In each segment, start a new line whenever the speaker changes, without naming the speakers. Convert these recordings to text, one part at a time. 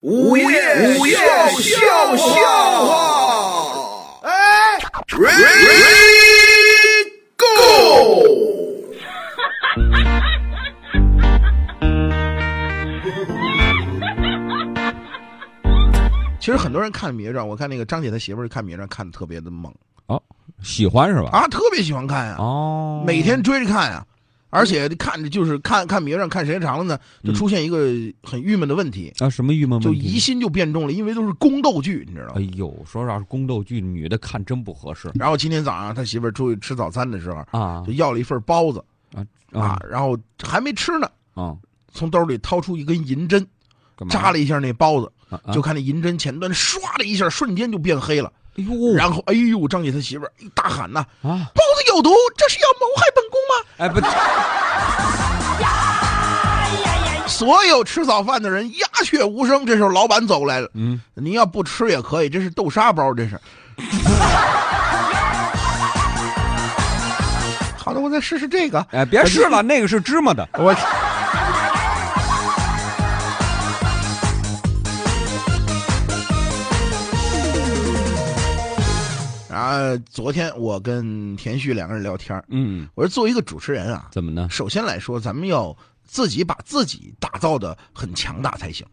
午夜午夜笑笑话，哎，Ready Go！
其实很多人看《芈月传》，我看那个张姐她媳妇儿看《芈月传》看的特别的猛
喜欢是吧？
啊，特别喜欢看呀、
哦，
每天追着看呀、而且看着就是看看《芈月传》看时间长了呢，就
嗯
出现一个很郁闷的问题，
啊什么郁闷
就
问
疑
题？
心就变重了，因为都是宫斗剧，你知道吗
哎？呦，说实话，宫斗剧女的看真不合适
然后今天早上他媳妇儿出去吃早餐的时候，
啊
就要了一份包子啊
啊，
然后还没吃呢，
啊！
从兜里掏出一根银针，
干嘛
扎了一下那包子，
啊啊
就看那银针前端唰的一下，瞬间就变黑了。
哎呦
然后，哎呦，张姐她媳妇儿大喊呐、
啊！
包子有毒，这是要谋害本宫吗？
哎不，
所有吃早饭的人鸦雀无声。这时候老板走来了，
嗯，
您要不吃也可以，这是豆沙包，这是。 好的，我再试试这个。
哎别试 了，那个是芝麻的。
我。然后昨天我跟田旭两个人聊天儿，
嗯，
我说作为一个主持人啊，
怎么呢？
首先来说，咱们要自己把自己打造的很强大才行。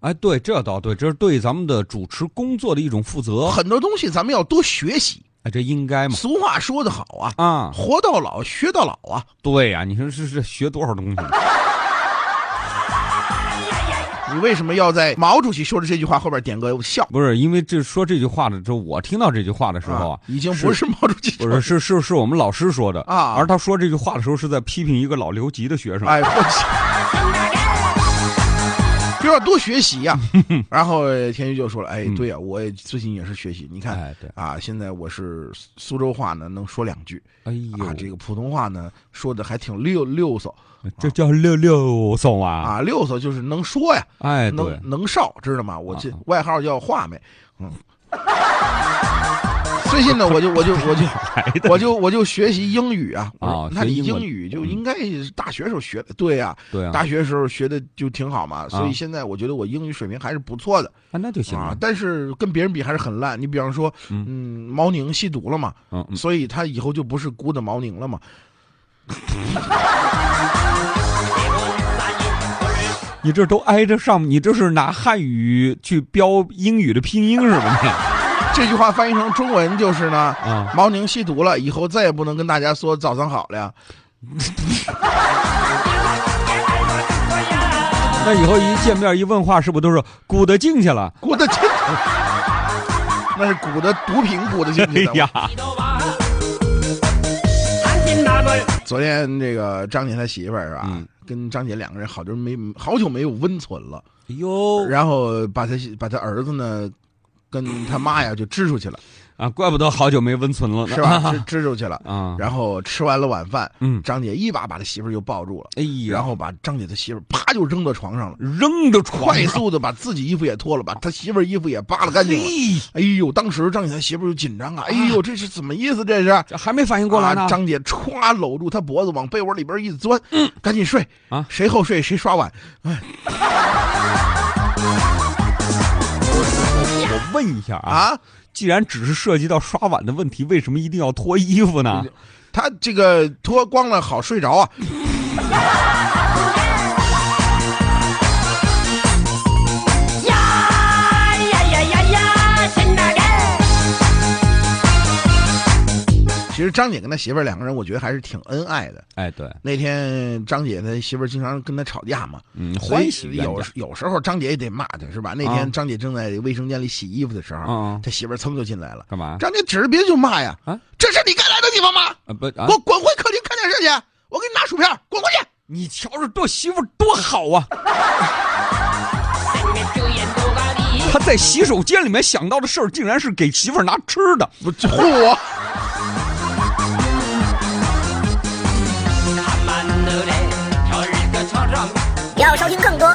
哎，对，这倒对，这是对咱们的主持工作的一种负责。
很多东西咱们要多学习。
哎，这应该嘛？
俗话说得好啊，
啊，
活到老学到老啊。
对呀，你说这这学多少 东西？
你为什么要在毛主席说的这句话后边点个笑？
不是因为这说这句话的时候，我听到这句话的时候啊
啊，已经不是毛主席 说
不是
的。
是是是我们老师说的
啊
而他说这句话的时候是在批评一个老留级的学生。
哎，不行， 就要多学习 呀、然后呃田旭就说了：“哎，
嗯
对呀、我也最近也是学习。你看
哎，对，
啊，现在我是苏苏州话呢，能说两句
哎呦，
啊，这个普通话呢说的还挺溜溜嗖
这叫六六送啊！
啊，溜嗖就是能说呀，
哎，对
能，能少，知道吗？我这
啊
外号叫画眉，嗯。最近呢，我就我就 我就
来的
我就我就学习英语啊。我说
啊
那你
学英
英
文
语就应该是大学时候学的，对呀、
对啊，
大学时候学的就挺好嘛。所以
啊
现在我觉得我英语水平还是不错的
啊那就行
啊
了，。
但是跟别人比还是很烂。你比方说，
嗯
嗯，毛宁吸毒了嘛，
嗯嗯，
所以他以后就不是孤的毛宁了嘛。
你这都挨着上，你这是拿汉语去标英语的拼音是吧？你
这句话翻译成中文就是呢，
啊，
毛宁吸毒了，以后再也不能跟大家说早上好了呀。
那以后一见面一问话，是不是都是鼓得进去了？
鼓的进， 那是鼓的毒品鼓的进
哎
去的。
呀，
昨天这个张姐她媳妇儿啊，
嗯
跟张姐两个人好久没好久没有温存了，
哎呦
然后把她把她儿子呢。跟他妈呀，就支出去 了，
啊，怪不得好久没温存了呢，
是 吧？支支出去了，
啊，
然后吃完了晚饭，
嗯，
张姐一把把她媳妇儿就抱住了，
哎呀，
然后把张姐她媳妇儿啪就扔到床上了，
扔着床
快
上，
速的把自己衣服也脱了，把她媳妇儿衣服也扒了干净了。哎
嘿，
呦，当时张姐她媳妇儿就紧张啊，哎呦，这是怎么意思？这是，
这还没反应过来呢
啊。张姐歘搂住他脖子，往被窝里边一钻，赶紧睡
啊
谁后睡谁刷碗。
我问一下啊，
啊！
既然只是涉及到刷碗的问题，为什么一定要脱衣服呢？
他这个脱光了好睡着啊。其实张姐跟他媳妇儿两个人，我觉得还是挺恩爱的。
哎，对，
那天张姐她媳妇儿经常跟他吵架嘛，
嗯，
所以
欢喜冤
有
家
时有时候张姐也得骂他，是吧？那
啊
天张姐正在卫生间里洗衣服的时候，
嗯，嗯
他媳妇儿噌就进来了。
干嘛？
张姐指着别人就骂呀
啊！
这是你该来的地方吗？
啊不啊
给我！滚回客厅看电视去！我给你拿薯片，滚回去！
你瞧着这媳妇儿多好啊！他在洗手间里面想到的事儿，竟然是给媳妇儿拿吃的。
不这护我。
要收听更多